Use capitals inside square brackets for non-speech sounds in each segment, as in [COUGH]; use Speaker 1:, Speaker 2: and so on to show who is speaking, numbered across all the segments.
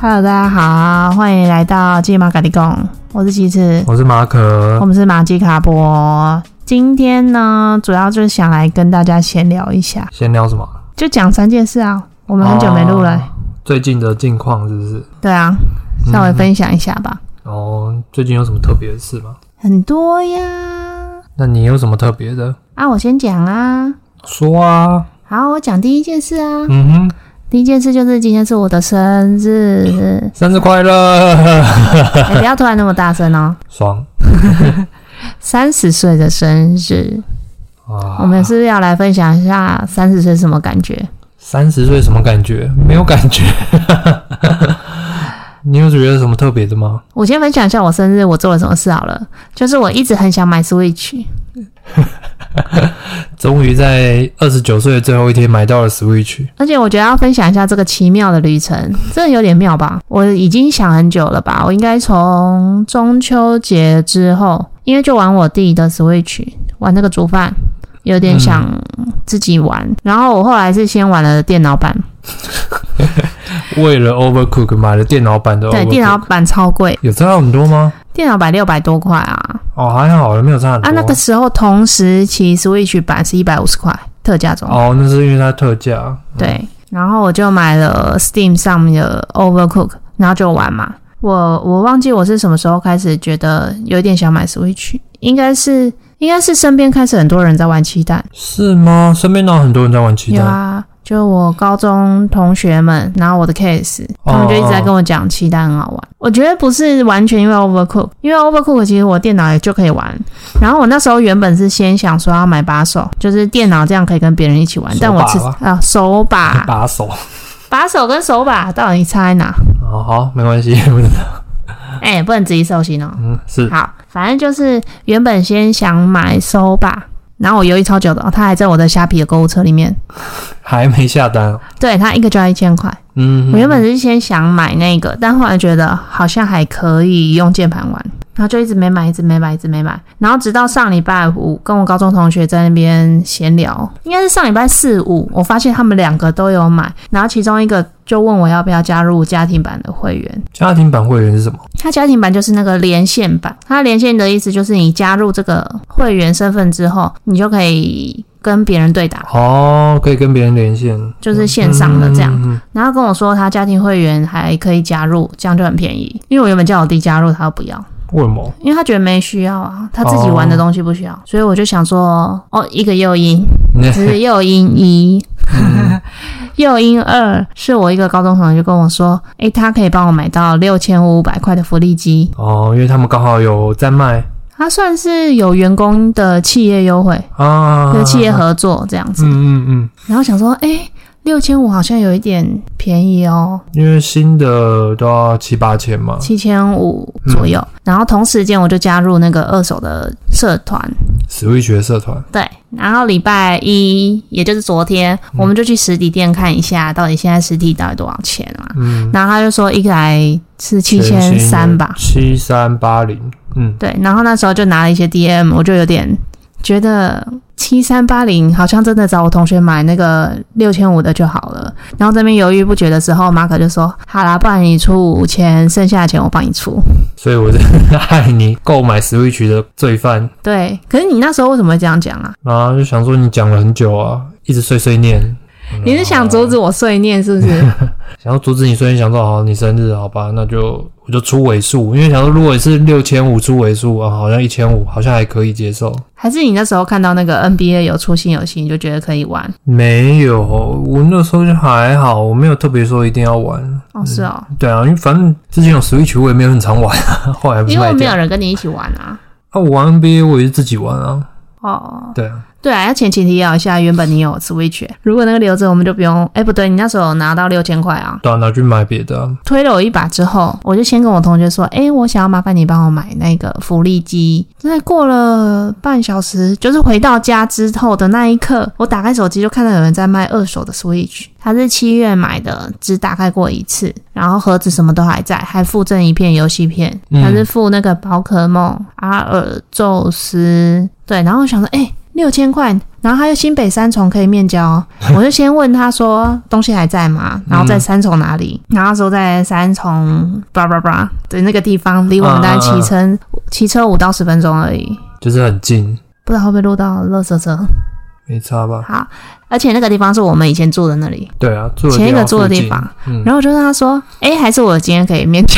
Speaker 1: Hello，大家好，欢迎来到鸡马咖喱贡，我是鸡翅，
Speaker 2: 我是马
Speaker 1: 我
Speaker 2: 可，
Speaker 1: 们是马吉卡波。今天呢，主要就是想来跟大家闲聊一下，
Speaker 2: 先聊什么？
Speaker 1: 就讲三件事啊。我
Speaker 2: 我
Speaker 1: 们很久没录了、
Speaker 2: 最近的近况是不是？
Speaker 1: 对啊，稍微
Speaker 2: 哦嗯
Speaker 1: 分享一下吧。
Speaker 2: 哦，最近有什么特别的事吗？
Speaker 1: 很多呀，
Speaker 2: 那你有什么特别的？
Speaker 1: 啊，我先讲啊。
Speaker 2: 说啊，
Speaker 1: 好，我讲第一件事啊。
Speaker 2: 嗯哼，
Speaker 1: 第一件事就是今天是我的生
Speaker 2: [LAUGHS]
Speaker 1: 日，
Speaker 2: 生日快乐，
Speaker 1: 哎不要突然那么大声哦。
Speaker 2: 爽
Speaker 1: 三十岁的生日，我
Speaker 2: 啊！
Speaker 1: 们是不是要来分享一下三十岁什么感觉？
Speaker 2: 三十岁什么感觉？没有感
Speaker 1: [LAUGHS]
Speaker 2: 觉。你有觉得什么特别的吗？
Speaker 1: 我先分享一下我生日我做了什么事好了，就是我一直很想买 Switch，
Speaker 2: 终于在二十九岁的最后一天买到了 Switch，
Speaker 1: 而且我觉得要分享一下这个奇妙的旅程，这有点妙吧？我已经想很久了吧？我应该从中秋节之后，因为就玩我弟的 Switch，玩那个煮饭，有点想
Speaker 2: 嗯
Speaker 1: 自己玩。然后我后来是先玩了电脑版，
Speaker 2: 为了 Overcook 买了电脑版的 Overcook。
Speaker 1: 对，电脑版超贵，
Speaker 2: 有差很多吗？
Speaker 1: 电脑版六百多块啊，
Speaker 2: 哦，还好，没有差很多。
Speaker 1: 啊，那个时候同时期 Switch 版是一百五十块特价中。
Speaker 2: 哦，那是因为它特价。
Speaker 1: 对，然后我就买了 Steam 上面的 Overcook，然后就玩嘛。我我忘记我是什么时候开始觉得有点想买 Switch，应该是应该是身边开始很多人在玩七蛋，
Speaker 2: 是吗？身边哪有很多人在玩期
Speaker 1: 有
Speaker 2: 待？
Speaker 1: 啊，就我高中同学们，然后我的 case，他
Speaker 2: 哦
Speaker 1: 们就一直在跟我讲七蛋很好玩。我觉得不是完全因为 Overcook，因为 Overcook 其实我电脑也就可以玩。然后我那时候原本是先想说要买把手，就是电脑这样可以跟别人一起玩，
Speaker 2: 手
Speaker 1: 但我
Speaker 2: 把
Speaker 1: 吃
Speaker 2: 吧
Speaker 1: 啊手把
Speaker 2: 把手。
Speaker 1: 把手跟手把到底差在哪？
Speaker 2: 哦，好，没关系， [LAUGHS] 不知道。
Speaker 1: 哎、不能自己手心哦。
Speaker 2: 嗯，是
Speaker 1: 好，反正就是原本先想买手把，然后我犹豫超久的，哦，它还在我的虾皮的购物车里面。
Speaker 2: 还没下单哦。
Speaker 1: 对，它一个就要一千块。
Speaker 2: 嗯，
Speaker 1: 我原本是先想买那个，但后来觉得好像还可以用键盘玩，然后就一直没买，一直没买，一直没买。然后直到上礼拜五，跟我高中同学在那边闲聊，应该是上礼拜四五，我发现他们两个都有买，然后其中一个就问我要不要加入家庭版的会员。
Speaker 2: 家庭版会员是什么？
Speaker 1: 它家庭版就是那个连线版，它连线的意思就是你加入这个会员身份之后，你就可以跟别人对打，
Speaker 2: 哦，可以跟别人连线，
Speaker 1: 就是线上的这样。
Speaker 2: 嗯。嗯嗯
Speaker 1: 然后跟我说他家庭会员还可以加入，这样就很便宜。因为我原本叫我弟加入，他都不要，
Speaker 2: 嗯为什么？
Speaker 1: 因为他觉得没需要啊，他自己玩的东西不需要。所以我就想说，哦，一个诱因，只是诱因一。诱因二是我一个高中同学就跟我说，诶，他可以帮我买到六千五百块的福利机，
Speaker 2: [LAUGHS] 哦，因为他们刚好有在卖
Speaker 1: 它算是有员工的企业优惠，
Speaker 2: 啊，
Speaker 1: 和企业合作这样子。
Speaker 2: 嗯嗯嗯，
Speaker 1: 然后想说，哎、6六千五好像有一点便宜哦，
Speaker 2: 因为新的都要七八千嘛。
Speaker 1: 七千五左右。
Speaker 2: 嗯
Speaker 1: 然后同时间我就加入那个二手的社团，
Speaker 2: Switch 的社团，
Speaker 1: 对。然后礼拜一，也就是昨天，
Speaker 2: 嗯
Speaker 1: 我们就去实体店看一下，到底现在实体到底多少钱啊？
Speaker 2: 嗯，
Speaker 1: 然后他就说一个来是七千三吧，
Speaker 2: 七三八零，嗯，
Speaker 1: 对。然后那时候就拿了一些 DM，我就有点觉得七三八零好像真的找我同学买那个六千五的就好了。然后这边犹豫不决的时候，马可就说：“好啦，不然你出五千，剩下的钱我帮你出。
Speaker 2: 所以我是害你购买 Switch 的罪犯。”
Speaker 1: 对，可是你那时候为什么会这样讲啊？
Speaker 2: 然后就想说你讲了很久啊，一直碎碎念，哦嗯
Speaker 1: 你是想阻止我碎念是不
Speaker 2: [LAUGHS]
Speaker 1: 是？
Speaker 2: 想要阻止你，所以想说好，你生日啊好吧，那就我就出尾数，因为想说如果是六千五出尾数啊，好像一千五好像还可以接受。
Speaker 1: 还是你那时候看到那个 NBA 有出新游戏，你就觉得可以玩？
Speaker 2: 没有，我那时候就还好，我没有特别说一定要玩。
Speaker 1: 哦，是哦，
Speaker 2: 对啊，因为反正之前有 Switch 我也没有很常玩， [LAUGHS] 后来不是
Speaker 1: 因为
Speaker 2: 卖
Speaker 1: 没
Speaker 2: 掉。
Speaker 1: 有人跟你一起玩啊。
Speaker 2: 啊，我玩 NBA 我也是自己玩啊。
Speaker 1: 哦，
Speaker 2: 对啊，
Speaker 1: 对啊，要前情提要一下，原本你有 Switch，如果那个留着，我们就不用。哎，不对，你那时候有拿到六千块啊。
Speaker 2: 对啊，拿去买别的啊、
Speaker 1: 推了我一把之后，我就先跟我同学说：“哎、我想要麻烦你帮我买那个福利机。”那过了半小时，就是回到家之后的那一刻，我打开手机就看到有人在卖二手的 Switch，它是七月买的，只打开过一次，然后盒子什么都还在，还附赠一片游戏片，
Speaker 2: 嗯
Speaker 1: 它是附那个宝可梦、阿尔宙斯，对，然后我想说，哎、六千块然后还有新北三重可以面
Speaker 2: [LAUGHS]
Speaker 1: 交，我就先问他说东西还在吗？
Speaker 2: 嗯
Speaker 1: 然后在三重哪里？然后他说在三重叭叭叭的那个地方，离我们大概骑
Speaker 2: 嗯
Speaker 1: 车骑车五到十分钟而已，
Speaker 2: 就是很近，
Speaker 1: 不知道会不会落到垃圾车。
Speaker 2: 没差吧？
Speaker 1: 好，而且那个地方是我们以前住的那里，
Speaker 2: 对啊，住的
Speaker 1: 前一个
Speaker 2: 附
Speaker 1: 住的地
Speaker 2: 近
Speaker 1: 方。
Speaker 2: 嗯
Speaker 1: 然后我就跟他说：“哎、还是我今天可以面交。”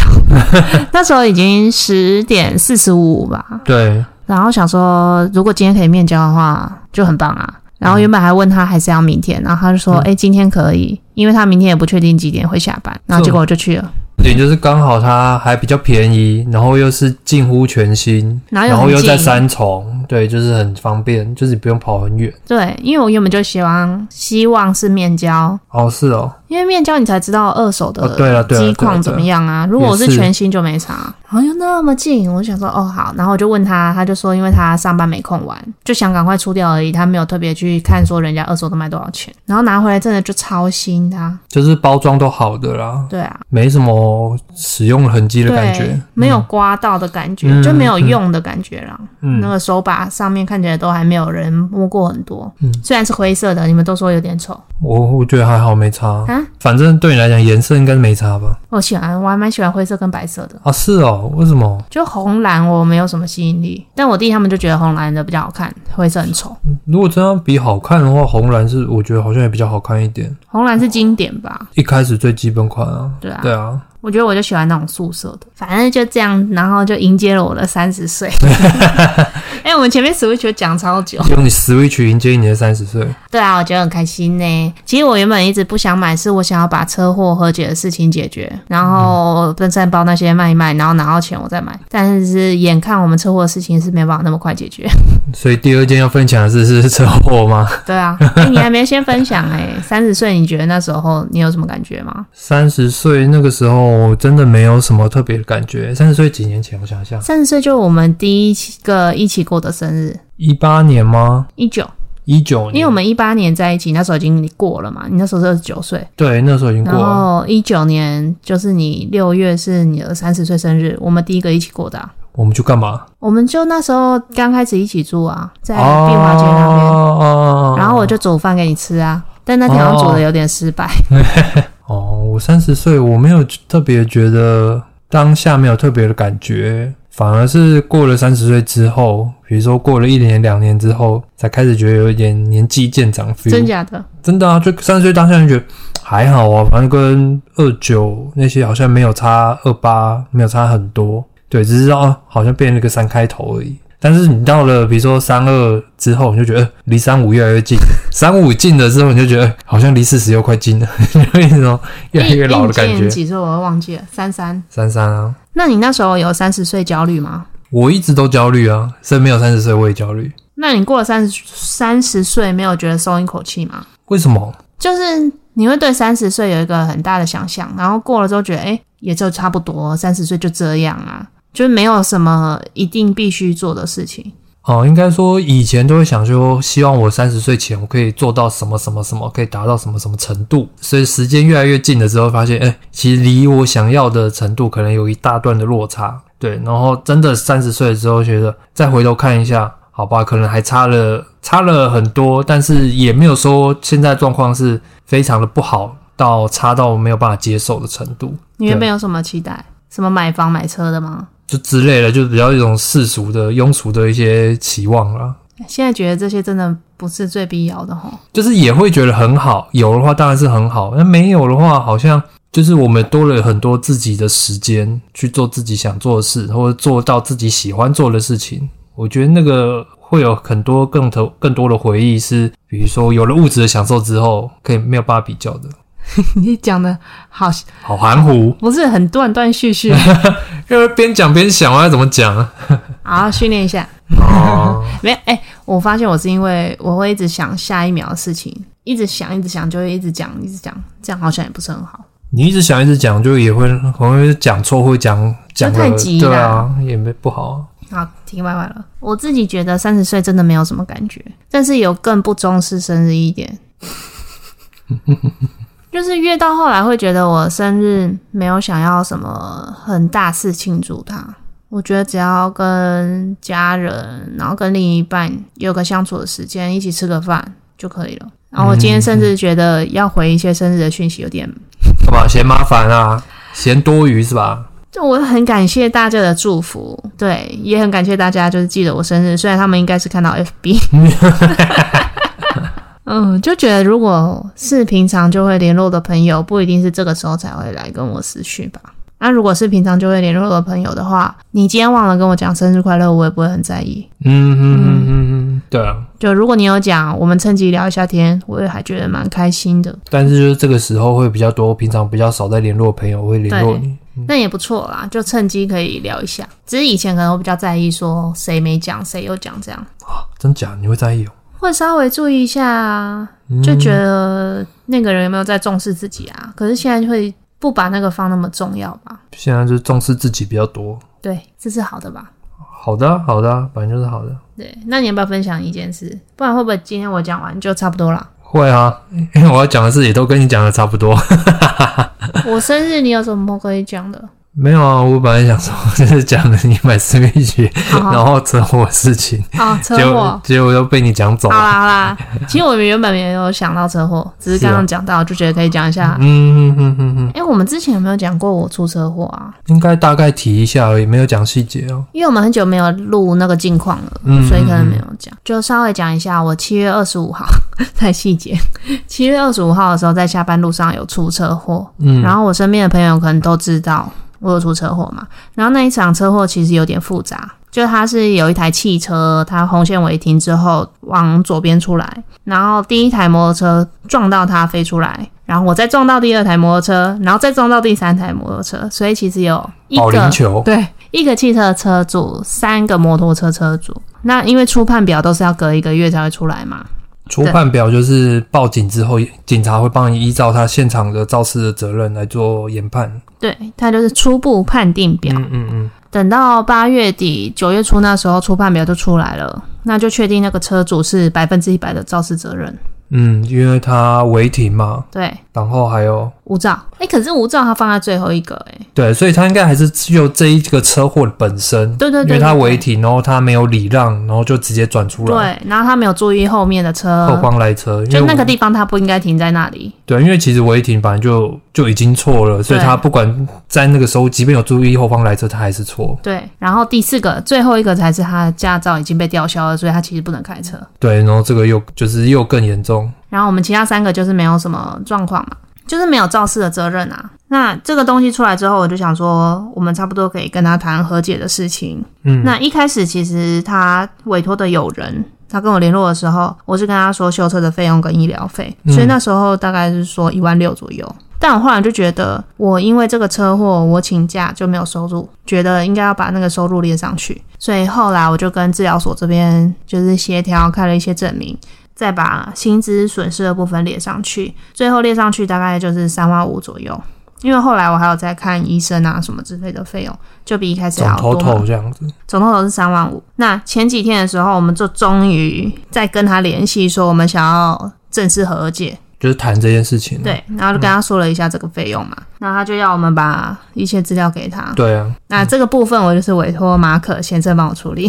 Speaker 1: [LAUGHS] 那时候已经十点四十五吧，
Speaker 2: 对，
Speaker 1: 然后想说，如果今天可以面交的话，就很棒啊。然后原本还问他还是要明天，然后他就说：“哎、今天可以，因为他明天也不确定几点会下班。”然后结果我就去了，
Speaker 2: 点就是刚好它还比较便宜，然后又是近乎全新，
Speaker 1: 然后又
Speaker 2: 然后
Speaker 1: 很
Speaker 2: 又
Speaker 1: 近
Speaker 2: 在三重，对，就是很方便，就是你不用跑很远。
Speaker 1: 对，因为我原本就希望希望是面交，
Speaker 2: 哦，是哦，
Speaker 1: 因为面交你才知道二手
Speaker 2: 哦对了
Speaker 1: 的
Speaker 2: 对了
Speaker 1: 机况怎么样啊。如果我是
Speaker 2: 也是
Speaker 1: 全新就没差，然后又那么近，我就想说哦好，然后我就问他，他就说因为他上班没空玩，就想赶快出掉而已，他没有特别去看说人家二手都卖多少钱，然后拿回来真的就超新的、啊，
Speaker 2: 就是包装都好的啦，
Speaker 1: 对啊，
Speaker 2: 没什么使用痕迹的
Speaker 1: 对，
Speaker 2: 感觉。
Speaker 1: 没有刮到的感觉，
Speaker 2: 嗯
Speaker 1: 就没有用的感觉啦。
Speaker 2: 嗯
Speaker 1: 那个手把上面看起来都还没有人摸过很多，
Speaker 2: 嗯
Speaker 1: 虽然是灰色的，你们都说有点丑
Speaker 2: 我我觉得还好，没差。
Speaker 1: 啊。
Speaker 2: 反正对你来讲，颜色应该是没差吧？
Speaker 1: 我喜欢，我还蛮喜欢灰色跟白色的，
Speaker 2: 啊，是哦，为什么？
Speaker 1: 就红蓝我没有什么吸引力，但我弟他们就觉得红蓝的比较好看，灰色很丑。
Speaker 2: 如果这样比好看的话，红蓝是我觉得好像也比较好看一点。
Speaker 1: 红蓝是经典吧？
Speaker 2: 一开始最基本款啊，
Speaker 1: 对啊，
Speaker 2: 对啊，
Speaker 1: 我觉得我就喜欢那种素色的，反正就这样，然后就迎接了我的三十
Speaker 2: [LAUGHS]
Speaker 1: 岁。哎、我们前面 Switch 有讲超久，
Speaker 2: 用你 Switch 迎接你的三十岁。
Speaker 1: 对啊，我觉得很开心呢。其实我原本一直不想买，是我想要把车祸和解的事情解决，然后登山包那些卖一卖，然后拿到钱我再买。但是眼看我们车祸的事情是没办法那么快解决。 [LAUGHS]
Speaker 2: 所以第二件要分享的是是车祸吗？
Speaker 1: 对啊，哎你还没先分享哎、三十岁你觉得那时候你有什么感觉吗？
Speaker 2: 三十岁那个时候真的没有什么特别的感觉。三十岁几年前，我想一下，
Speaker 1: 三十岁就是我们第一个一起过的生日，
Speaker 2: 一八年吗？
Speaker 1: 一九，
Speaker 2: 一九年？
Speaker 1: 因为我们一八年在一起，那时候已经过了嘛，你那时候是二十九岁，
Speaker 2: 对那时候已经过
Speaker 1: 然
Speaker 2: 了。
Speaker 1: 后一九年就是你六月是你的三十岁生日，我们第一个一起过的啊、
Speaker 2: 我们去干嘛？
Speaker 1: 我们就那时候刚开始一起住啊，在
Speaker 2: 在
Speaker 1: 碧华街那边，
Speaker 2: 哦、
Speaker 1: 然后我就煮饭给你吃啊，但那天好像煮的有点失败。
Speaker 2: 哦，我三十岁，我没有特别觉得当下没有特别的感觉，反而是过了三十岁之后，比如说过了一年两年之后，才开始觉得有一点年纪渐长 feel。
Speaker 1: 真假的？
Speaker 2: 真的啊，就三十岁当下就觉得还好啊，反正跟二九那些好像没有差，二八没有差很多，对，只是哦好像变了个三开头而已。但是你到了比如说三二之后，你就觉得呃离三五越来越近， [LAUGHS] 三五近了之后，你就觉得呃好像离四十又快近了， [LAUGHS] 有一种越来越老的感
Speaker 1: 应
Speaker 2: 觉
Speaker 1: 届。几岁我忘记了，三三。
Speaker 2: 三三啊，
Speaker 1: 那你那时候有三十岁焦虑吗？
Speaker 2: 我一直都焦虑啊，身边有三十岁我也焦虑，
Speaker 1: 那你过了三十三十岁，没有觉得松一口气吗？
Speaker 2: 为什么？
Speaker 1: 就是你会对三十岁有一个很大的想象，然后过了之后觉得，哎、也就差不多，三十岁就这样啊，就是没有什么一定必须做的事情。
Speaker 2: 哦，应该说以前都会想说，希望我三十岁前我可以做到什么什么什么，可以达到什么什么程度。所以时间越来越近了之后，发现哎、其实离我想要的程度可能有一大段的落差。对，然后真的三十岁之后，觉得再回头看一下，好吧，可能还差了差了很多，但是也没有说现在状况是非常的不好到差到没有办法接受的程度。
Speaker 1: 你原本有什么期待？什么买房买车的吗？
Speaker 2: 就之类的，就比较一种世俗的、庸俗的一些期望啦。
Speaker 1: 现在觉得这些真的不是最必要的吼。 [LAUGHS]
Speaker 2: 就是也会觉得很好，有的话当然是很好，那没有的话，好像就是我们多了很多自己的时间去做自己想做的事，或者做到自己喜欢做的事情。我觉得那个会有很多更头更多的回忆是，比如说有了物质的享受之后，可以没有办法比较的，
Speaker 1: 你讲的好
Speaker 2: 好含糊，
Speaker 1: 不是很断断续续，
Speaker 2: 因为边讲边想，我要怎么讲
Speaker 1: [LAUGHS]
Speaker 2: 啊？
Speaker 1: 好训练一下。
Speaker 2: 哦，
Speaker 1: 没有，哎、我发现我是因为我会一直想下一秒的事情，一直想，一直想，就会一直讲，一直讲，这样好像也不是很好。
Speaker 2: 你一直想一直讲，就也会可能会讲错，会讲讲
Speaker 1: 这太
Speaker 2: 了
Speaker 1: 急
Speaker 2: 对啊，也没不好啊。
Speaker 1: 好，题外话了，我自己觉得三十岁真的没有什么感觉，但是有更不重视生日一点。就是越到后来会觉得我生日没有想要什么很大事庆祝它，我觉得只要跟家人，然后跟另一半有个相处的时间，一起吃个饭就可以了。然后我今天甚至觉得要回一些生日的讯息有点，
Speaker 2: 干嘛嫌麻烦啊？嫌多余是吧？
Speaker 1: 就我很感谢大家的祝福，对，也很感谢大家就是记得我生日，虽然他们应该是看到 FB，嗯，就觉得如果是平常就会联络的朋友，不一定是这个时候才会来跟我私讯吧。那如果是平常就会联络的朋友的话，你今天忘了跟我讲生日快乐，我也不会很在意。
Speaker 2: 嗯嗯嗯嗯，对啊。
Speaker 1: 就如果你有讲，我们趁机聊一下天，我也还觉得蛮开心的，
Speaker 2: 但是就是这个时候会比较多，平常比较少在联络的朋友会联络你。
Speaker 1: 那也不错啦，就趁机可以聊一下。只是以前可能我比较在意说谁没讲，谁有讲这样，
Speaker 2: 啊真假？你会在意哦？
Speaker 1: 会稍微注意一下啊，
Speaker 2: 嗯
Speaker 1: 就觉得那个人有没有在重视自己啊。可是现在会不把那个放那么重要吧？
Speaker 2: 现在就是重视自己比较多。
Speaker 1: 对，这是好的吧？
Speaker 2: 好的啊，好的啊，反正就是好的。
Speaker 1: 对，那你要不要分享一件事？不然会不会今天我讲完就差不多啦？
Speaker 2: 会啊，因为我要讲的事也都跟你讲的差不多。
Speaker 1: 我生日你有什么可以讲的？
Speaker 2: 没有啊，我本来想说就是讲了你买四面曲，
Speaker 1: 好好
Speaker 2: [LAUGHS] 然后扯我事情，
Speaker 1: 啊，车
Speaker 2: 结
Speaker 1: 祸
Speaker 2: 果。结果又被你讲走
Speaker 1: 好
Speaker 2: 了。
Speaker 1: 啦好啦，其实我们原本没有想到车祸，只是刚刚讲到，就觉得可以讲一下。
Speaker 2: 嗯嗯嗯嗯嗯，
Speaker 1: 哎、我们之前有没有讲过我出车祸啊？
Speaker 2: 应该大概提一下而已，没有讲细节哦。
Speaker 1: 因为我们很久没有录那个近况了，
Speaker 2: 嗯
Speaker 1: 所以可能没有讲，就稍微讲一下。我七月二十五号太细节，七月二十五号的时候在下班路上有出车祸，
Speaker 2: 嗯，
Speaker 1: 然后我身边的朋友可能都知道我有出车祸嘛。然后那一场车祸其实有点复杂，就它是有一台汽车，它红线违停之后往左边出来，然后第一台摩托车撞到它飞出来，然后我再撞到第二台摩托车，然后再撞到第三台摩托车，所以其实有一
Speaker 2: 保龄
Speaker 1: 个
Speaker 2: 球，
Speaker 1: 对一个汽车的车主，三个摩托车车主。那因为初判表都是要隔一个月才会出来嘛，
Speaker 2: 初判表就是报警之后，警察会帮你依照他现场的肇事的责任来做研判。
Speaker 1: 对，它就是初步判定表。
Speaker 2: 嗯嗯嗯，
Speaker 1: 等到八月底九月初那时候，初判表就出来了，那就确定那个车主是百分之一百的肇事责任，
Speaker 2: 嗯，因为他违停嘛，
Speaker 1: 对，
Speaker 2: 然后还有
Speaker 1: 无照。哎、可是无照他放在最后一个、诶哎，
Speaker 2: 对，所以他应该还是就这一个车祸本身，
Speaker 1: 对对
Speaker 2: 因
Speaker 1: 对
Speaker 2: 为他
Speaker 1: 对对
Speaker 2: 违停，然后他没有礼让，然后就直接转出来
Speaker 1: 对，然后他没有注意后面的
Speaker 2: 后
Speaker 1: 车，
Speaker 2: 方来车，因
Speaker 1: 嗯
Speaker 2: 为
Speaker 1: 就
Speaker 2: 我
Speaker 1: 那个地方他不应该停在那里，
Speaker 2: 对，因为其实违停本来就就已经错了，所以
Speaker 1: 对
Speaker 2: 他不管在那个时候，即便有注意后方来车，他还是错。
Speaker 1: 对。然后第四个最后一个才是他的驾照已经被吊销了，所以他其实不能开车。
Speaker 2: 对，然后这个又就是又更严重。
Speaker 1: 然后我们其他三个就是没有什么状况嘛，就是没有肇事的责任啊。那这个东西出来之后，我就想说，我们差不多可以跟他谈和解的事情。
Speaker 2: 嗯，
Speaker 1: 那一开始其实他委托的友人，他跟我联络的时候，我是跟他说修车的费用跟医疗费，
Speaker 2: 嗯
Speaker 1: 所以那时候大概是说一万六左右。但我后来就觉得，我因为这个车祸，我请假就没有收入，觉得应该要把那个收入列上去，所以后来我就跟治疗所这边就是协调，开了一些证明，再把薪资损失的部分列上去，最后列上去大概就是三万五左右。因为后来我还有在看医生啊什么之类的费用，就比一开始
Speaker 2: 总
Speaker 1: 还要多
Speaker 2: 头
Speaker 1: 嘛。
Speaker 2: 头这样子，
Speaker 1: 总共头是三万五。那前几天的时候，我们就终于在跟他联系，说我们想要正式和解，
Speaker 2: 就是谈这件事情。啊
Speaker 1: 对，然后
Speaker 2: 嗯
Speaker 1: 就跟他说了一下这个费用嘛，那他就要我们把一些资料给他。
Speaker 2: 对啊，
Speaker 1: 那这个部分我就是委托马可先生帮我处理，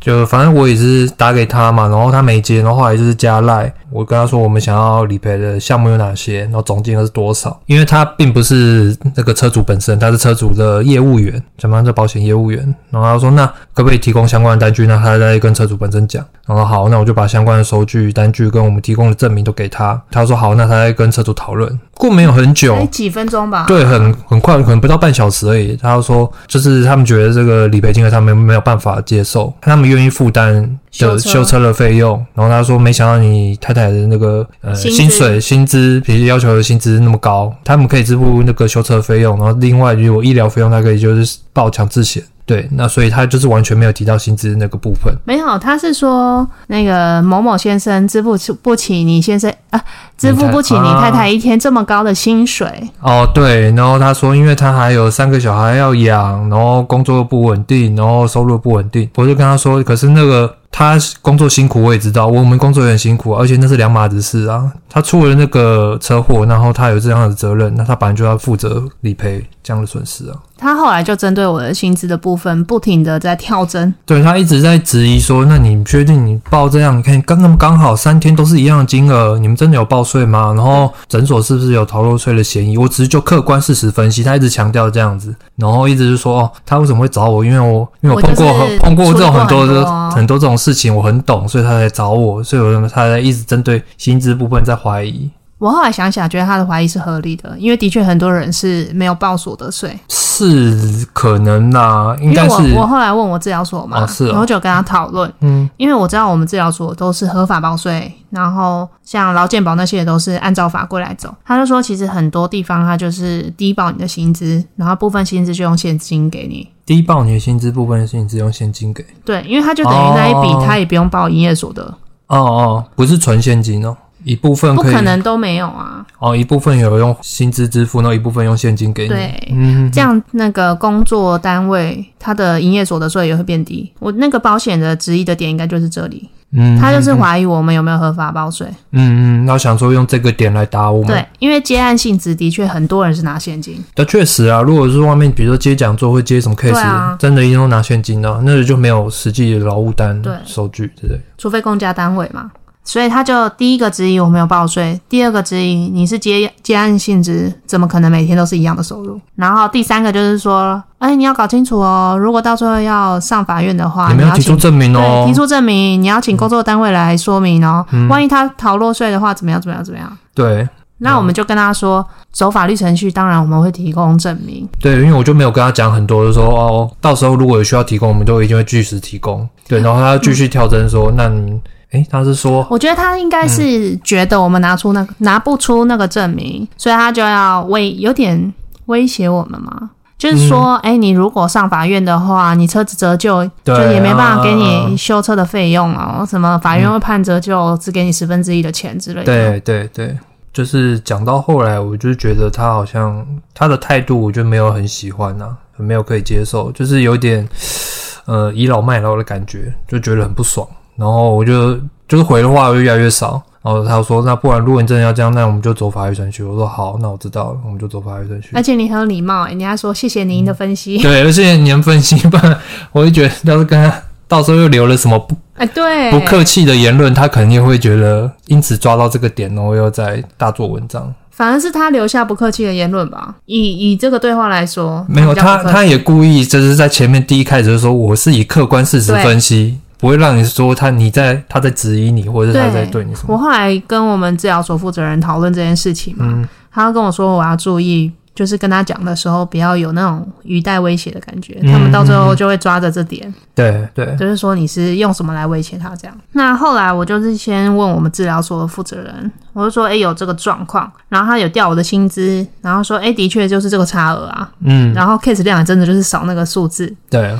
Speaker 2: 就反正我也是打给他嘛，然后他没接，然后后来就是加赖，我跟他说我们想要理赔的项目有哪些，然后总金额是多少，因为他并不是那个车主本身，他是车主的业务员，讲方这保险业务员，然后他说那可不可以提供相关的单据？那他再跟车主本身讲，然后好，那我就把相关的收据、单据跟我们提供的证明都给他，他说好，那他再跟车主讨论。过没有很久
Speaker 1: 哎，，几分钟吧。
Speaker 2: 对，很很快，可能不到半小时而已。他就说，就是他们觉得这个理赔金额他们没有办法接受，他们愿意负担
Speaker 1: 修
Speaker 2: 的
Speaker 1: 车
Speaker 2: 修车的费用。然后他说，没想到你太太的那个呃
Speaker 1: 薪资
Speaker 2: 薪水薪资，比如要求的薪资那么高，他们可以支付那个修车费用，然后另外如果医疗费用，他可以就是报强制险。对，那所以他就是完全没有提到薪资那个部分。
Speaker 1: 没有，他是说那个某某先生支付不起你先生啊，支付不起你
Speaker 2: 啊
Speaker 1: 太太一天这么高的薪水，
Speaker 2: 哦，对，然后他说，因为他还有三个小孩要养，然后工作又不稳定，然后收入不稳定。我就跟他说，可是那个他工作辛苦，我也知道，我们工作也很辛苦啊，而且那是两码子事啊。他出了那个车祸，然后他有这样的责任，那他本来就要负责理赔这样的损失啊。
Speaker 1: 他后来就针对我的薪资的部分，不停的在跳针。
Speaker 2: 对他一直在质疑说，那你确定你报这样？你看刚那么刚好三天都是一样的金额，你们真的有报税吗？然后诊所是不是有逃漏税的嫌疑？我只是就客观事实分析，他一直强调这样子，然后一直就说哦，他为什么会找我？因为我因为我
Speaker 1: 我
Speaker 2: 碰
Speaker 1: 就是
Speaker 2: 过很碰过这种很多
Speaker 1: 处理
Speaker 2: 的
Speaker 1: 过很多
Speaker 2: 很多这种事情，我很懂，所以他才找我，所以我他才一直针对薪资部分在怀疑。
Speaker 1: 我后来想想，觉得他的怀疑是合理的，因为的确很多人是没有报所得税。
Speaker 2: 是可能啦、应
Speaker 1: 因为
Speaker 2: 该是
Speaker 1: 我我后来问我治疗所嘛，
Speaker 2: 哦是哦
Speaker 1: 然后就跟他讨论，
Speaker 2: 嗯，
Speaker 1: 因为我知道我们治疗所都是合法报税，然后像劳健保那些也都是按照法规来走。他就说，其实很多地方他就是低报你的薪资，然后部分薪资就用现金给你。
Speaker 2: 低报你的薪资部分的薪资用现金给。
Speaker 1: 对，因为他就等于那一
Speaker 2: 哦
Speaker 1: 笔他也不用报营业所得，
Speaker 2: 哦哦，不是纯现金哦，一部分
Speaker 1: 不
Speaker 2: 可以
Speaker 1: 可能都没有啊。
Speaker 2: 哦，一部分有用薪资支付，然后一部分用现金给你。
Speaker 1: 对
Speaker 2: 嗯，
Speaker 1: 这样那个工作单位他的营业所得税也会变低。我那个保险的质疑的点应该就是这里，
Speaker 2: 嗯，
Speaker 1: 他就是怀疑我们有没有合法报税。
Speaker 2: 嗯嗯，那想说用这个点来打我们。
Speaker 1: 对，因为接案性质的确很多人是拿现金，
Speaker 2: 但确实啊，如果是外面比如说接讲座会接什么 case，、
Speaker 1: 对啊
Speaker 2: 真的一定都拿现金的、那就没有实际的劳务单
Speaker 1: 对、
Speaker 2: 收据之类。
Speaker 1: 除非公家单位嘛。所以他就第一个质疑我没有报税，第二个质疑你是接接案性质，怎么可能每天都是一样的收入？然后第三个就是说，哎、你要搞清楚哦，如果到时候要上法院的话，
Speaker 2: 你
Speaker 1: 你
Speaker 2: 们
Speaker 1: 要
Speaker 2: 提出
Speaker 1: 请
Speaker 2: 证明
Speaker 1: 对
Speaker 2: 哦嗯
Speaker 1: 提。出证明，你要请工作单位来说明哦。万一他逃漏税的话，怎么样怎么样怎么样？
Speaker 2: 对
Speaker 1: 那我们就跟他说，走法律程序，当然我们会提供证明。
Speaker 2: 对，因为我就没有跟他讲很多，就说哦，到时候如果有需要提供，我们都一定会据实提供。对，然后他继续跳针说，那你诶，他是说
Speaker 1: 我觉得他应该是觉得我们拿出那
Speaker 2: 嗯
Speaker 1: 个、拿不出那个证明，所以他就要威有点威胁我们嘛，就是说，哎、你如果上法院的话，你车子折旧就
Speaker 2: 嗯对
Speaker 1: 也没办法给
Speaker 2: 啊嗯
Speaker 1: 你修车的费用哦，什么法院会判折旧只给你十分之一的钱之类的。
Speaker 2: 对对对，就是讲到后来，我就觉得他好像他的态度，我就没有很喜欢啊，很没有可以接受，就是有点呃倚老卖老的感觉，就觉得很不爽。然后我就就是回的话我就越来越少。然后他就说：“那不然，如果你真的要这样，那我们就走法律程序。”我说：“好，那我知道了，我们就走法律程序。
Speaker 1: 而且你很有礼貌、哎，你还说谢谢您的分析。
Speaker 2: 对，而且你们分析吧，不然我就觉得要是跟他到时候又留了什么不
Speaker 1: [LAUGHS] 哎、对，
Speaker 2: 不客气的言论，他肯定会觉得因此抓到这个点，然后又在大做文章。
Speaker 1: 反而是他留下不客气的言论吧。以以这个对话来说，
Speaker 2: 没有，
Speaker 1: 比较
Speaker 2: 他
Speaker 1: 不客气
Speaker 2: 他也故意就是在前面第一开始就说我是以客观事实分析，不会让你说他你在他在质疑你，或者是他在对你什么。
Speaker 1: 我后来跟我们治疗所负责人讨论这件事情嘛，
Speaker 2: 嗯
Speaker 1: 他跟我说我要注意，就是跟他讲的时候不要有那种语带威胁的感觉，
Speaker 2: 嗯
Speaker 1: 他们到最后就会抓着这点，
Speaker 2: 对对，
Speaker 1: 就是说你是用什么来威胁他这样。那后来我就是先问我们治疗所的负责人，我就说，诶，有这个状况，然后他有调我的薪资，然后说，诶，的确就是这个差额啊，
Speaker 2: 嗯，
Speaker 1: 然后 case 量也真的就是少那个数字，
Speaker 2: 对，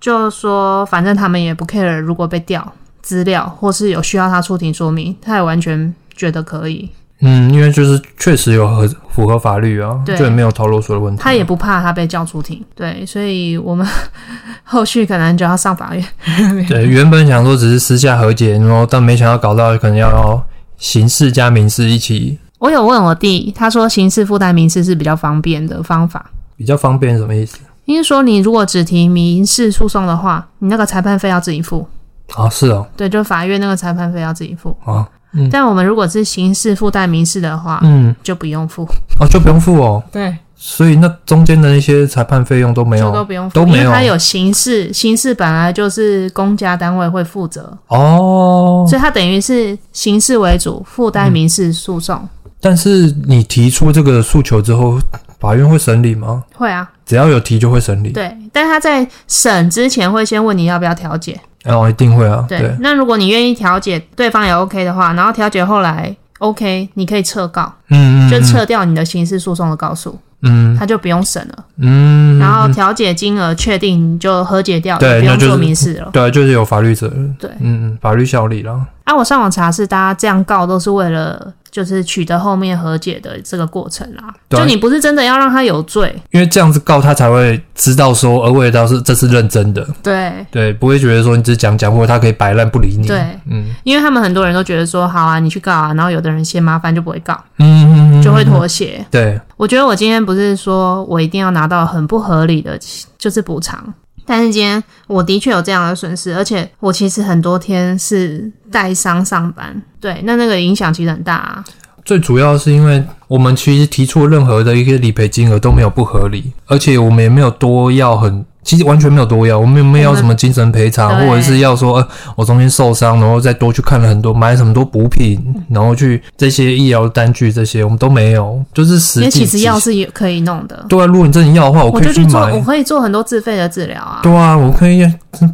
Speaker 1: 就说反正他们也不 care，如果被调资料或是有需要他出庭说明，他也完全觉得可以，
Speaker 2: 嗯，因为就是确实有合符合法律啊，
Speaker 1: 对
Speaker 2: 就也没有逃漏税的问题。
Speaker 1: 他也不怕他被叫出庭。对，所以我们后续可能就要上法院。
Speaker 2: 对，原本想说只是私下和解，然后但没想到搞到可能要刑事加民事一起，
Speaker 1: 我有问我弟，他说刑事附带民事是比较方便的方法。
Speaker 2: 比较方便，什么意思？
Speaker 1: 因为说你如果只提民事诉讼的话，你那个裁判费要自己付，
Speaker 2: 啊，是哦，
Speaker 1: 对，就法院那个裁判费要自己付。
Speaker 2: 啊，
Speaker 1: 但我们如果是刑事附带民事的话，
Speaker 2: 嗯，
Speaker 1: 就不用付，
Speaker 2: 哦，就不用付哦，
Speaker 1: 对，
Speaker 2: 所以那中间的那些裁判费用都没
Speaker 1: 就都
Speaker 2: 有
Speaker 1: 不用付，
Speaker 2: 都没有
Speaker 1: 因为他有刑事，刑事本来就是公家单位会负责，
Speaker 2: 哦，
Speaker 1: 所以他等于是刑事为主，附带民事诉讼。
Speaker 2: 但是你提出这个诉求之后，法院会审理吗？
Speaker 1: 会啊，
Speaker 2: 只要有提就会审理，
Speaker 1: 对，但是他在审之前会先问你要不要调解。
Speaker 2: 然后一定会啊，
Speaker 1: 对，
Speaker 2: 对
Speaker 1: 那如果你愿意调解，对方也 OK 的话，然后调解后来 OK，你可以撤告，
Speaker 2: 嗯嗯，
Speaker 1: 就
Speaker 2: 嗯
Speaker 1: 撤掉你的刑事诉讼的告诉。
Speaker 2: 嗯
Speaker 1: 他就不用审了。
Speaker 2: 嗯，
Speaker 1: 然后调解金额确定就和解掉，
Speaker 2: 对
Speaker 1: 也不用
Speaker 2: 那就是
Speaker 1: 做民事了。
Speaker 2: 对，啊就是有法律责任，
Speaker 1: 对
Speaker 2: 嗯嗯，法律效力啦。
Speaker 1: 啊，我上网查是大家这样告都是为了就是取得后面和解的这个过程啦。
Speaker 2: 对啊
Speaker 1: 就你不是真的要让他有罪，
Speaker 2: 因为这样子告他才会知道说，呃，味道是这是认真的，
Speaker 1: 对。
Speaker 2: 对，不会觉得说你只是讲讲，或者他可以摆烂不理你。
Speaker 1: 对，
Speaker 2: 嗯
Speaker 1: 因为他们很多人都觉得说好啊，你去告啊，然后有的人嫌麻烦就不会告，
Speaker 2: 嗯嗯嗯，
Speaker 1: 就会妥协。
Speaker 2: 对，
Speaker 1: 我觉得我今天不是说我一定要拿到很不合理的，就是补偿。但是今天我的确有这样的损失，而且我其实很多天是带伤上班，对，那那个影响其实很大、啊。
Speaker 2: 最主要是因为我们其实提出任何的一个理赔金额都没有不合理，而且我们也没有多要很，其实完全没有多要，我们也没有要什么精神赔偿，
Speaker 1: 对
Speaker 2: 或者是要说，呃，我中间受伤，然后再多去看了很多，买了很多补品，然后去这些医疗单据这些，我们都没有，就是实
Speaker 1: 因为
Speaker 2: 际
Speaker 1: 其实药
Speaker 2: 执行
Speaker 1: 是也可以弄的，
Speaker 2: 对啊，如果你真的要的话，我
Speaker 1: 我
Speaker 2: 可
Speaker 1: 就
Speaker 2: 以
Speaker 1: 去做，我
Speaker 2: 买。
Speaker 1: 可以做很多自费的治疗啊。
Speaker 2: 对啊，我可以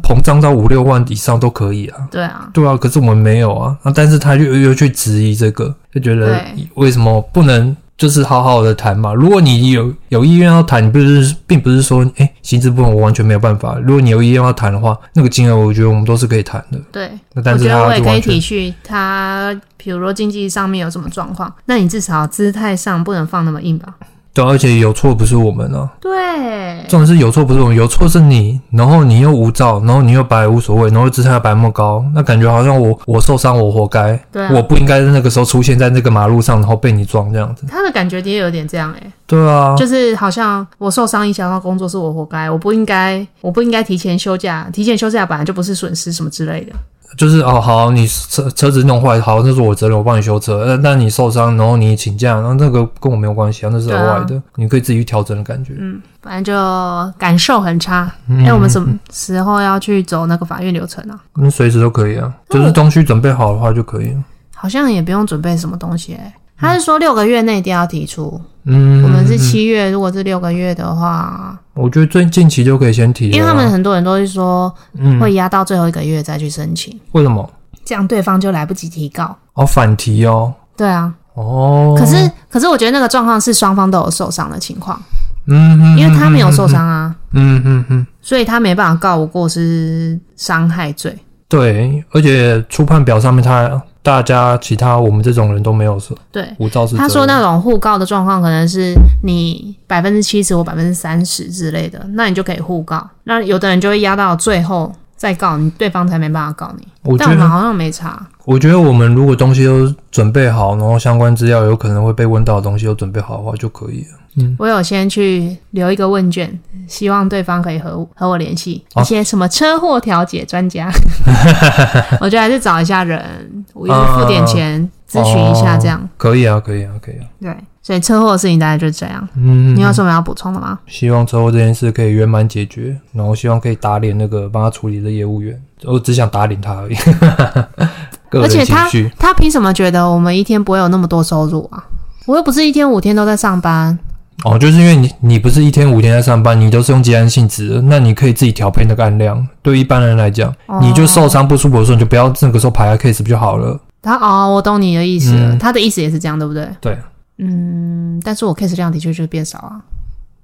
Speaker 2: 膨胀到五六万以上都可以啊。
Speaker 1: 对啊，
Speaker 2: 对啊，可是我们没有啊，啊但是他又又去质疑这个，就觉得
Speaker 1: 对
Speaker 2: 为什么不能就是好好的谈嘛？如果你有有意愿要谈，你不是并不是说，哎、薪资部分我完全没有办法。如果你有意愿要谈的话，那个金额我觉得我们都是可以谈的。
Speaker 1: 对，
Speaker 2: 那但
Speaker 1: 我
Speaker 2: 是
Speaker 1: 觉得我
Speaker 2: 他
Speaker 1: 也
Speaker 2: 就
Speaker 1: 可以
Speaker 2: 完
Speaker 1: 体
Speaker 2: 全
Speaker 1: 恤他，比如说经济上面有什么状况，那你至少姿态上不能放那么硬吧？
Speaker 2: 对啊，而且有错不是我们啊，
Speaker 1: 对，
Speaker 2: 重点是有错不是我们，有错是你，然后你又无照，然后你又摆无所谓，然后姿态又摆那么高，那感觉好像我我受伤我活该，
Speaker 1: 对啊
Speaker 2: 我不应该在那个时候出现在那个马路上，然后被你撞这样子。
Speaker 1: 他的感觉的确有点这样哎、
Speaker 2: 对啊，
Speaker 1: 就是好像我受伤影响到工作是我活该，我不应该，我不应该提前休假，提前休假本来就不是损失什么之类的。
Speaker 2: 就是哦，好，你车车子弄坏，好，那是我责任，我帮你修车。呃，那你受伤，然后你请假，然后那个跟我没有关系啊，那是额
Speaker 1: 对啊
Speaker 2: 外的，你可以自己去调整的感觉。嗯，
Speaker 1: 反正就感受很差。哎、我们什么时候要去走那个法院流程啊？
Speaker 2: 那随时都可以啊，
Speaker 1: 那
Speaker 2: 就
Speaker 1: 我
Speaker 2: 是东西准备好的话就可以啊了。
Speaker 1: 好像也不用准备什么东西、欸。他是说六个月内一定要提出，
Speaker 2: 嗯，
Speaker 1: 我们是七月，如果是六个月的话，
Speaker 2: 我觉得最近期就可以先提了啊，
Speaker 1: 因为他们很多人都是说
Speaker 2: 嗯，
Speaker 1: 会压到最后一个月再去申请，
Speaker 2: 为什么？
Speaker 1: 这样对方就来不及提告。
Speaker 2: 哦，反提哦，
Speaker 1: 对啊，
Speaker 2: 哦，
Speaker 1: 可是可是我觉得那个状况是双方都有受伤的情况，
Speaker 2: 嗯，嗯，
Speaker 1: 因为他没有受伤啊。
Speaker 2: 嗯嗯嗯，
Speaker 1: 所以他没办法告我过失伤害罪。
Speaker 2: 对，而且初判表上面他大家其他我们这种人都没有说
Speaker 1: 对，
Speaker 2: 无照是
Speaker 1: 他
Speaker 2: 责
Speaker 1: 说
Speaker 2: 任
Speaker 1: 那种互告的状况可能是你百分之七十或百分之三十之类的，那你就可以互告。那有的人就会压到最后再告你，对方才没办法告你。
Speaker 2: 我觉
Speaker 1: 但我
Speaker 2: 得
Speaker 1: 们好像没查，
Speaker 2: 我觉得我们如果东西都准备好，然后相关资料有可能会被问到的东西都准备好的话就可以了。
Speaker 1: 我有先去留一个问卷，希望对方可以和我和我联系
Speaker 2: 哦
Speaker 1: 一些什么车祸调解专
Speaker 2: [LAUGHS]
Speaker 1: 家。我觉得还是找一下人，我就是付点
Speaker 2: 嗯
Speaker 1: 钱咨询一下这样。
Speaker 2: 可以啊，可以啊，可以啊。
Speaker 1: 对，所以车祸的事情大概就是这样。
Speaker 2: 嗯，
Speaker 1: 你有什么要补充的吗？
Speaker 2: 希望车祸这件事可以圆满解决，然后希望可以打脸那个帮他处理的业务员。我只想打脸他而已。 [LAUGHS] 个
Speaker 1: 而
Speaker 2: 人
Speaker 1: 且
Speaker 2: 情
Speaker 1: 他
Speaker 2: 绪，
Speaker 1: 他凭什么觉得我们一天不会有那么多收入啊？我又不是一天五天都在上班，
Speaker 2: 哦，就是因为你你不是一天五天在上班，你都是用接案性质的，那你可以自己调配那个案量。对一般人来讲，你就受伤不舒服的时候，你就不要那个时候排下 case 不就好了？
Speaker 1: 他哦，我懂你的意思了，
Speaker 2: 嗯
Speaker 1: 他的意思也是这样，对不对？
Speaker 2: 对，
Speaker 1: 嗯，但是我 case 量的确就变少啊。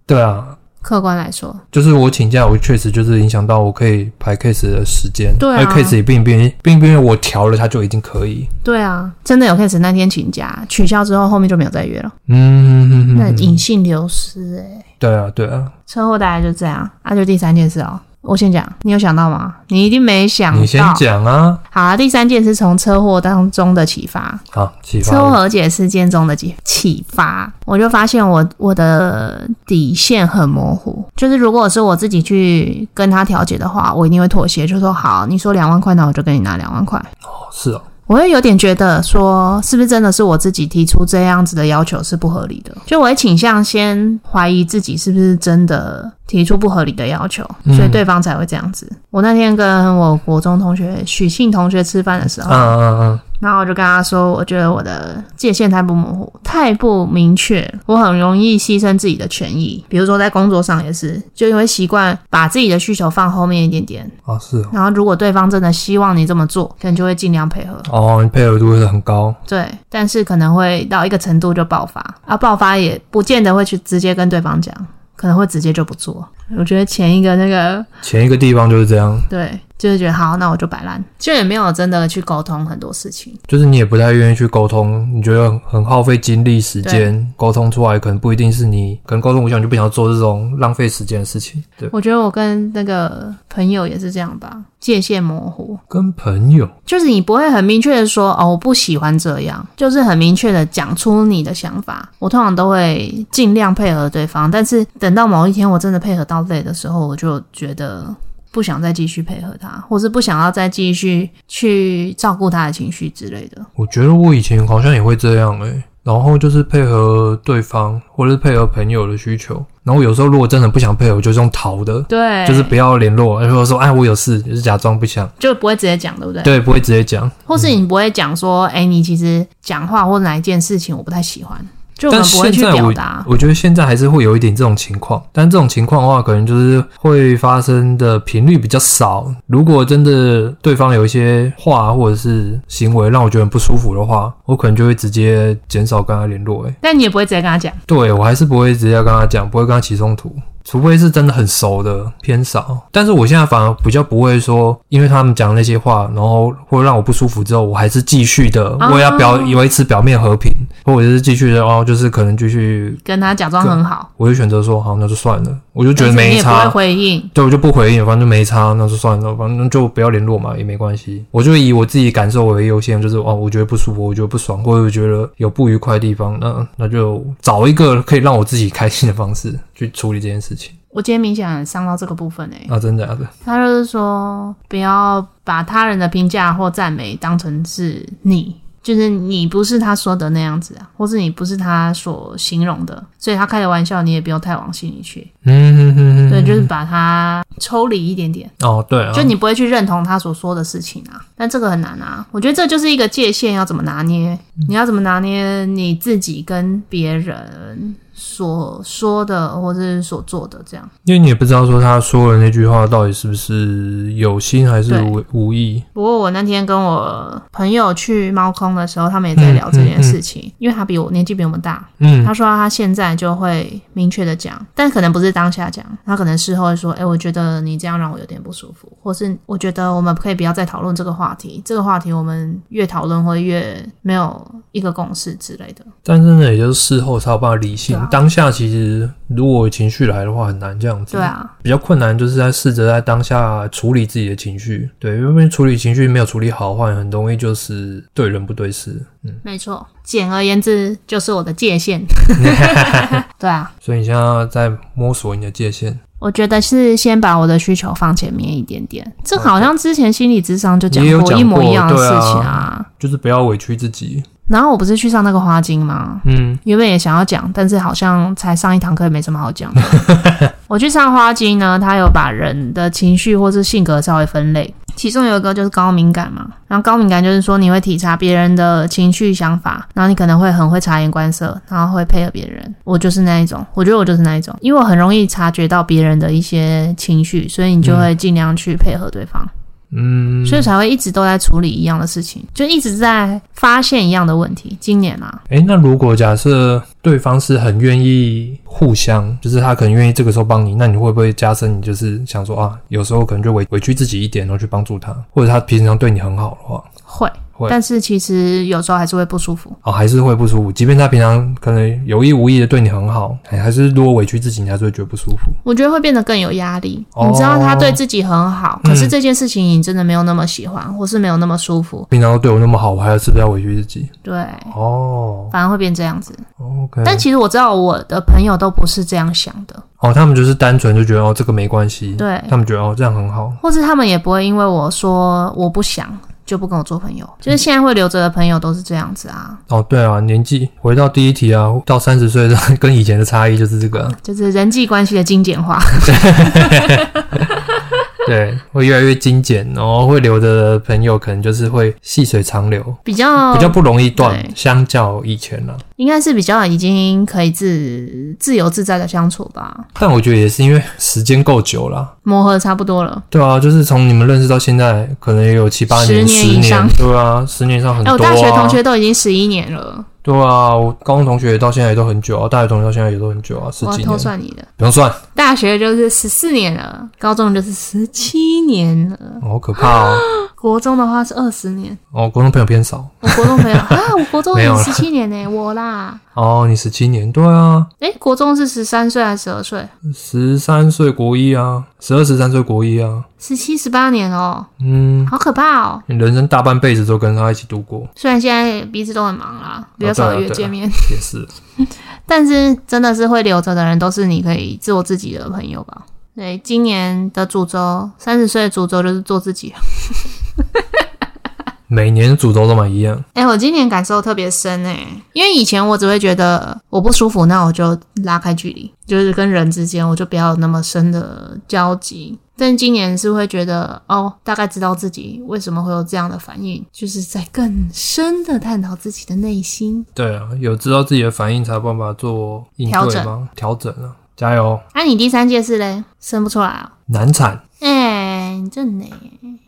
Speaker 2: 对啊，
Speaker 1: 客观来说，
Speaker 2: 就是我请假，我确实就是影响到我可以排 case 的时间，
Speaker 1: 对啊
Speaker 2: 而 case 也并不并不因为我调了它就已经可以，
Speaker 1: 对啊，真的有 case 那天请假取消之后，后面就没有再约了，
Speaker 2: 嗯，
Speaker 1: 那隐性流失哎、
Speaker 2: 对啊，对啊，
Speaker 1: 车祸大概就这样，那、就第三件事哦。我先讲，你有想到吗？你一定没想到。
Speaker 2: 你先讲啊，
Speaker 1: 好啊，第三件是从车祸当中的启发。
Speaker 2: 好，啊启
Speaker 1: 车祸
Speaker 2: 发，
Speaker 1: 和解事件中的启启发，我就发现我我的底线很模糊。就是如果是我自己去跟他调解的话，我一定会妥协，就说好，你说两万块，那我就跟你拿两万块。
Speaker 2: 哦是哦，
Speaker 1: 我会有点觉得说，是不是真的是我自己提出这样子的要求是不合理的？就我会倾向先怀疑自己是不是真的提出不合理的要求，
Speaker 2: 嗯
Speaker 1: 所以对方才会这样子。我那天跟我国中同学许庆同学吃饭的时候，
Speaker 2: 嗯嗯嗯，
Speaker 1: 然后我就跟他说，我觉得我的界限太不模糊，太不明确，我很容易牺牲自己的权益。比如说在工作上也是，就因为习惯把自己的需求放后面一点点，
Speaker 2: 啊，是哦，
Speaker 1: 然后如果对方真的希望你这么做，可能就会尽量配合。
Speaker 2: 哦，你配合度会很高，
Speaker 1: 对，但是可能会到一个程度就爆发，啊，爆发也不见得会去直接跟对方讲，可能会直接就不做。我觉得前一个那个
Speaker 2: 前一个地方就是这样，
Speaker 1: 对，就是觉得好，那我就摆烂，就也没有真的去沟通很多事情。
Speaker 2: 就是你也不太愿意去沟通，你觉得很很耗费精力时间，沟通出来可能不一定是你，可能沟通不想就不想做这种浪费时间的事情， [LAUGHS] 对，
Speaker 1: 我觉得我跟那个朋友也是这样吧，界限模糊，
Speaker 2: 跟朋友
Speaker 1: 就是你不会很明确的说哦，我不喜欢这样，就是很明确的讲出你的想法。我通常都会尽量配合对方，但是等到某一天我真的配合到累的时候，我就觉得不想再继续配合他，或是不想要再继续去照顾他的情绪之类的。
Speaker 2: 我觉得我以前好像也会这样诶、然后就是配合对方，或者是配合朋友的需求。然后有时候如果真的不想配合，我就是用逃的，
Speaker 1: 对，
Speaker 2: 就是不要联络，然后说哎我有事，就是假装不想，
Speaker 1: 就不会直接讲，对不对？哦
Speaker 2: 对，不会直接讲。
Speaker 1: 或是你不会讲说，哎、你其实讲话或哪一件事情我不太喜欢，就我们
Speaker 2: 但
Speaker 1: 不会去
Speaker 2: 现在
Speaker 1: 表达。
Speaker 2: 我觉得现在还是会有一点这种情况，但这种情况的话，可能就是会发生的频率比较少。如果真的对方有一些话或者是行为让我觉得很不舒服的话，我可能就会直接减少跟他联络、欸。
Speaker 1: 但你也不会直接跟他讲。
Speaker 2: 对我还是不会直接跟他讲，不会跟他起冲突，除非是真的很熟的，偏少。但是我现在反而比较不会说，因为他们讲那些话，然后会让我不舒服，之后我还是继续的，
Speaker 1: 啊
Speaker 2: 我也要表维持表面和平，或者是继续的哦，就是可能继续，
Speaker 1: 跟他假装很好，
Speaker 2: 我就选择说好，那就算了，我就觉
Speaker 1: 但
Speaker 2: 得
Speaker 1: 是你
Speaker 2: 没
Speaker 1: 也不会
Speaker 2: 差。
Speaker 1: 回应。
Speaker 2: 对，我就不回应，反正就没差，那就算了，反正就不要联络嘛，也没关系。我就以我自己感受为优先，就是哦，我觉得不舒服，我觉得不爽，或者我觉得有不愉快的地方，那那就找一个可以让我自己开心的方式去处理这件事情。
Speaker 1: 我今天明显很伤到这个部分诶、
Speaker 2: 啊，真的假的？
Speaker 1: 他就是说不要把他人的评价或赞美当成是你，就是你不是他说的那样子啊，或是你不是他所形容的，所以他开的玩笑你也不用太往心里去。
Speaker 2: 嗯哼哼哼，
Speaker 1: 对，就是把它抽离一点点，
Speaker 2: 哦，对啊，
Speaker 1: 就你不会去认同他所说的事情啊。但这个很难啊，我觉得这就是一个界限要怎么拿捏，你要怎么拿捏你自己跟别人所说的或是所做的这样。
Speaker 2: 因为你也不知道说他说的那句话到底是不是有心还是
Speaker 1: 对
Speaker 2: 无无意。
Speaker 1: 不过我那天跟我朋友去猫空的时候，他们也在聊这件事情，因为他比我年纪比我们大，
Speaker 2: 嗯
Speaker 1: 他说他现在就会明确的讲，但可能不是当下讲，他可能事后会说，哎、我觉得你这样让我有点不舒服，或是我觉得我们可以不要再讨论这个话题，这个话题我们越讨论会越没有一个共识之类的。
Speaker 2: 但真的也就是事后才有办法理性，
Speaker 1: 对啊
Speaker 2: 当下其实如果情绪来的话，很难这样子。
Speaker 1: 对啊，
Speaker 2: 比较困难，就是在试着在当下处理自己的情绪。对，因为处理情绪没有处理好的话，很容易就是对人不对事。嗯，
Speaker 1: 没错，简而言之就是我的界
Speaker 2: [LAUGHS]
Speaker 1: 限。 [LAUGHS] 对啊，
Speaker 2: 所以你现在在摸索你的界限，
Speaker 1: 我觉得是先把我的需求放前面一点点，这好像之前心理智商就讲
Speaker 2: 也有
Speaker 1: 过
Speaker 2: 讲
Speaker 1: 一模一样的
Speaker 2: 过
Speaker 1: 事
Speaker 2: 对啊
Speaker 1: 情啊。
Speaker 2: 就是不要委屈自己。
Speaker 1: 然后我不是去上那个花精吗？
Speaker 2: 嗯，
Speaker 1: 原本也想要讲，但是好像才上一堂课，也没什么好讲的。我去上花精呢，它有把人的情绪或是性格稍微分类，其中有一个就是高敏感嘛。然后高敏感就是说你会体察别人的情绪想法，然后你可能会很会察言观色，然后会配合别人。我就是那一种，我觉得我就是那一种，因为我很容易察觉到别人的一些情绪，所以你就会尽量去配合对方。
Speaker 2: 嗯，
Speaker 1: 所以才会一直都在处理一样的事情，就一直在发现一样的问题。今年啊，
Speaker 2: 诶，那如果假设对方是很愿意互相，就是他可能愿意这个时候帮你，那你会不会加深你就是想说啊，有时候可能就委委屈自己一点，然后去帮助他，或者他平常对你很好的话，
Speaker 1: 会，
Speaker 2: 会
Speaker 1: 但是其实有时候还是会不舒服。
Speaker 2: 哦，还是会不舒服。即便他平常可能有意无意的对你很好，哎还是如果委屈自己，你还是会觉得不舒服。
Speaker 1: 我觉得会变得更有压力。
Speaker 2: 哦
Speaker 1: 你知道他对自己很好，
Speaker 2: 嗯
Speaker 1: 可是这件事情你真的没有那么喜欢，或是没有那么舒服，
Speaker 2: 平常都对我那么好，我还要是不是要委屈自己？
Speaker 1: 对，
Speaker 2: 哦
Speaker 1: 反而会变这样子。
Speaker 2: ，OK，
Speaker 1: 但其实我知道我的朋友都不是这样想的，
Speaker 2: 哦，他们就是单纯就觉得哦这个没关系，
Speaker 1: 对，
Speaker 2: 他们觉得哦这样很好，
Speaker 1: 或是他们也不会因为我说我不想就不跟我做朋友。就是现在会留着的朋友都是这样子啊，
Speaker 2: 哦，对啊，年纪回到第一题啊，到三十岁的 [LAUGHS] 跟以前的差异就是这个啊、
Speaker 1: 就是人际关系的精简化。
Speaker 2: 对，会越来越精简，然后会留的朋友可能就是会细水长流，
Speaker 1: [LAUGHS] 比较
Speaker 2: 比较不容易断
Speaker 1: 哦对，
Speaker 2: 相较以前啊了、
Speaker 1: 应该是比较已经可以自自由自在的相处吧，
Speaker 2: 但我觉得也是因为时间够久了，
Speaker 1: 磨合差不多了。
Speaker 2: 对啊，就是从你们认识到现在，可能也有七八年、
Speaker 1: 十年
Speaker 2: 十
Speaker 1: 以上
Speaker 2: 对啊，十年以上很
Speaker 1: 哎、
Speaker 2: 多、啊。
Speaker 1: 我大学同学都已经十一年了，
Speaker 2: 对啊，我高中同学到现在也都很久啊，大学同学到现在也都很久啊，十
Speaker 1: 我
Speaker 2: 几
Speaker 1: 偷
Speaker 2: 年。
Speaker 1: 算你的。
Speaker 2: 不用算，
Speaker 1: 大学就是十四年了，高中就是十七年了，
Speaker 2: 哦好可怕哦！
Speaker 1: 国中的话是二十年。
Speaker 2: 哦，国中朋友偏少。
Speaker 1: 我国中
Speaker 2: [LAUGHS]
Speaker 1: 朋友啊，我国中
Speaker 2: 没有
Speaker 1: 也
Speaker 2: 啦
Speaker 1: 十七年呢、我啦。
Speaker 2: 哦，你十七年，对啊，
Speaker 1: 哎、国中是十三岁还是十二岁？
Speaker 2: 十三岁国一啊，十二十三岁国一啊，
Speaker 1: 十七、十八年哦，
Speaker 2: 嗯，
Speaker 1: 好可怕哦！
Speaker 2: 你人生大半辈子都跟他一起度过，
Speaker 1: 虽然现在彼此都很忙啦，比较
Speaker 2: 对啊
Speaker 1: 少约
Speaker 2: 对啊啊
Speaker 1: 见面，
Speaker 2: 也是。
Speaker 1: 但是真的是会留着的人，都是你可以做自己的朋友吧。对，今年的主轴，三十岁的主轴就是做自己。
Speaker 2: 每年主轴都蛮一样，
Speaker 1: 哎、我今年感受特别深哎、因为以前我只会觉得我不舒服，那我就拉开距离，就是跟人之间我就不要有那么深的交集。但今年是会觉得哦，大概知道自己为什么会有这样的反应，就是在更深的探讨自己的内心。
Speaker 2: 对啊，有知道自己的反应才有办法做应
Speaker 1: 调
Speaker 2: 对
Speaker 1: 整
Speaker 2: 吗？调整啊，加油！
Speaker 1: 那、你第三届是嘞，生不出来啊、
Speaker 2: 难产
Speaker 1: 哎、你真的耶，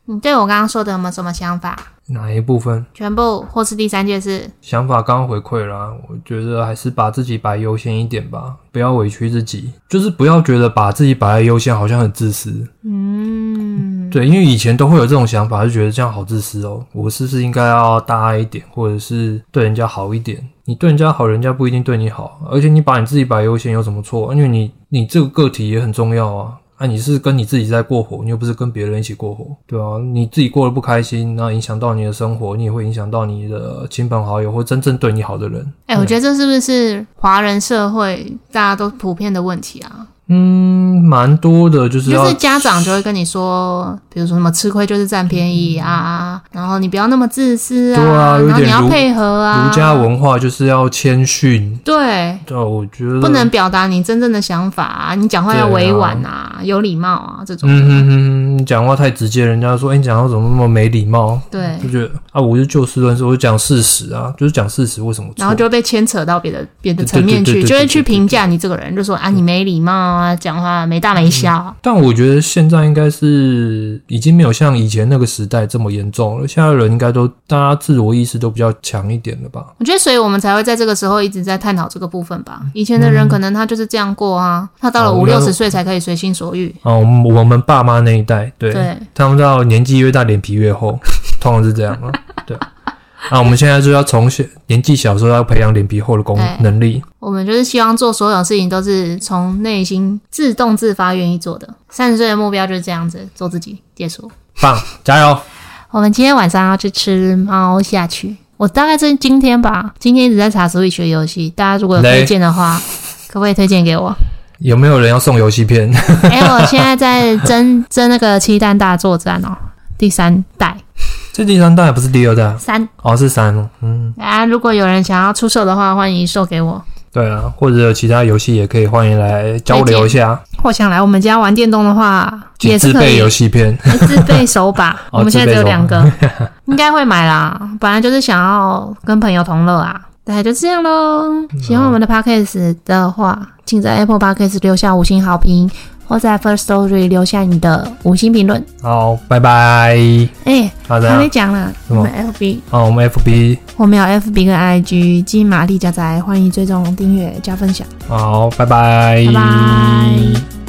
Speaker 1: 你对我刚刚说的有没有什么想法？
Speaker 2: 哪一部分
Speaker 1: 全部或是第三届是？
Speaker 2: 想法刚刚回馈啦、我觉得还是把自己摆优先一点吧，不要委屈自己，就是不要觉得把自己摆在优先好像很自私。
Speaker 1: 嗯，
Speaker 2: 对，因为以前都会有这种想法，就觉得这样好自私哦，我是不是应该要大爱一点，或者是对人家好一点？你对人家好，人家不一定对你好，而且你把你自己摆优先有什么错？啊因为你你这个个体也很重要啊。啊，你是跟你自己在过活，你又不是跟别人一起过活，对啊，你自己过得不开心，那影响到你的生活，你也会影响到你的亲朋好友或真正对你好的人。
Speaker 1: 哎、我觉得这是不是华人社会大家都普遍的问题啊？
Speaker 2: 嗯，蛮多的，就是要
Speaker 1: 就是家长就会跟你说，比如说什么吃亏就是占便宜啊，然后你不要那么自私
Speaker 2: 嗯对啊有
Speaker 1: 然后
Speaker 2: 点
Speaker 1: 你要
Speaker 2: 儒
Speaker 1: 配合啊，
Speaker 2: 儒家文化就是要谦逊，
Speaker 1: 对，
Speaker 2: 对啊、我觉得
Speaker 1: 不能表达你真正的想法啊，你讲话要
Speaker 2: 对啊
Speaker 1: 委婉啊，有礼貌啊，这种的，
Speaker 2: 嗯哼哼，你讲话太直接，人家说，哎、你讲话怎么那么没礼貌？
Speaker 1: 对，
Speaker 2: 就觉得啊，我就就事论事，我就讲事实啊，就是讲事实，为什么错？
Speaker 1: 然后就被牵扯到别的别的层面
Speaker 2: 对对对
Speaker 1: 去，
Speaker 2: 对
Speaker 1: 就会
Speaker 2: 对
Speaker 1: 去
Speaker 2: 对对
Speaker 1: 评价你这个人，就说啊，你没礼貌啊，讲话没大没小，啊
Speaker 2: 但我觉得现在应该是已经没有像以前那个时代这么严重了，现在的人应该都大家自我意识都比较强一点了吧？
Speaker 1: 我觉得，所以我们才会在这个时候一直在探讨这个部分
Speaker 2: 嗯
Speaker 1: 吧。以前的人可能他就是这样过啊，他到了
Speaker 2: 哦
Speaker 1: 五
Speaker 2: 那
Speaker 1: 六十岁才可以随心所欲。
Speaker 2: 哦，我们我们爸妈哦那一代，对，
Speaker 1: 对，
Speaker 2: 他们到年纪越大，脸皮越
Speaker 1: [LAUGHS]
Speaker 2: 厚，通常是这样啊，对。啊，我们现在就要从小年纪小时候要培养脸皮厚的功
Speaker 1: 对
Speaker 2: 能力，
Speaker 1: 我们就是希望做所有事情都是从内心自动自发愿意做的。三十岁的目标就是这样子，做自己，结束。
Speaker 2: 棒，加油！
Speaker 1: 我们今天晚上要去吃猫下去。我大概是今天吧，今天一直在查 Switch 的游戏，大家如果有
Speaker 2: 嘞
Speaker 1: 推荐的
Speaker 2: [LAUGHS]
Speaker 1: 话，可不可以推荐给我？
Speaker 2: 有没有人要送游戏片？ [LAUGHS]
Speaker 1: 哎、我现在在争争那个七蛋大作战哦，第三代
Speaker 2: 这第三代不是第二代啊
Speaker 1: 三
Speaker 2: 哦，是三哦。嗯，
Speaker 1: 啊，如果有人想要出售的话，欢迎售给我，
Speaker 2: 对啊，或者有其他游戏也可以，欢迎来交流一下，
Speaker 1: 或想来我们家玩电动的话，也
Speaker 2: 请
Speaker 1: 是
Speaker 2: 自
Speaker 1: 可
Speaker 2: 备
Speaker 1: 以
Speaker 2: 游戏片。
Speaker 1: [LAUGHS] 自备手把。
Speaker 2: [LAUGHS] 哦
Speaker 1: 我们现在只有
Speaker 2: 自备手
Speaker 1: 两个， [LAUGHS] 应该会买啦。本来就是想要跟朋友同乐啊。对，就这样
Speaker 2: 嗯
Speaker 1: 喽。喜欢我们的 podcast 的话，请在 Apple Podcast 留下五星好评，或在 First Story 留下你的五星评论。
Speaker 2: 好，拜拜。
Speaker 1: 哎、
Speaker 2: 好
Speaker 1: 还没
Speaker 2: 的，
Speaker 1: 讲啦，
Speaker 2: 什
Speaker 1: 我
Speaker 2: 么
Speaker 1: 们 FB
Speaker 2: 哦，我们 FB
Speaker 1: 我们有 FB 跟 IG 金玛丽加仔，欢迎追踪、订阅、加分享。
Speaker 2: 好，拜拜，
Speaker 1: 拜拜。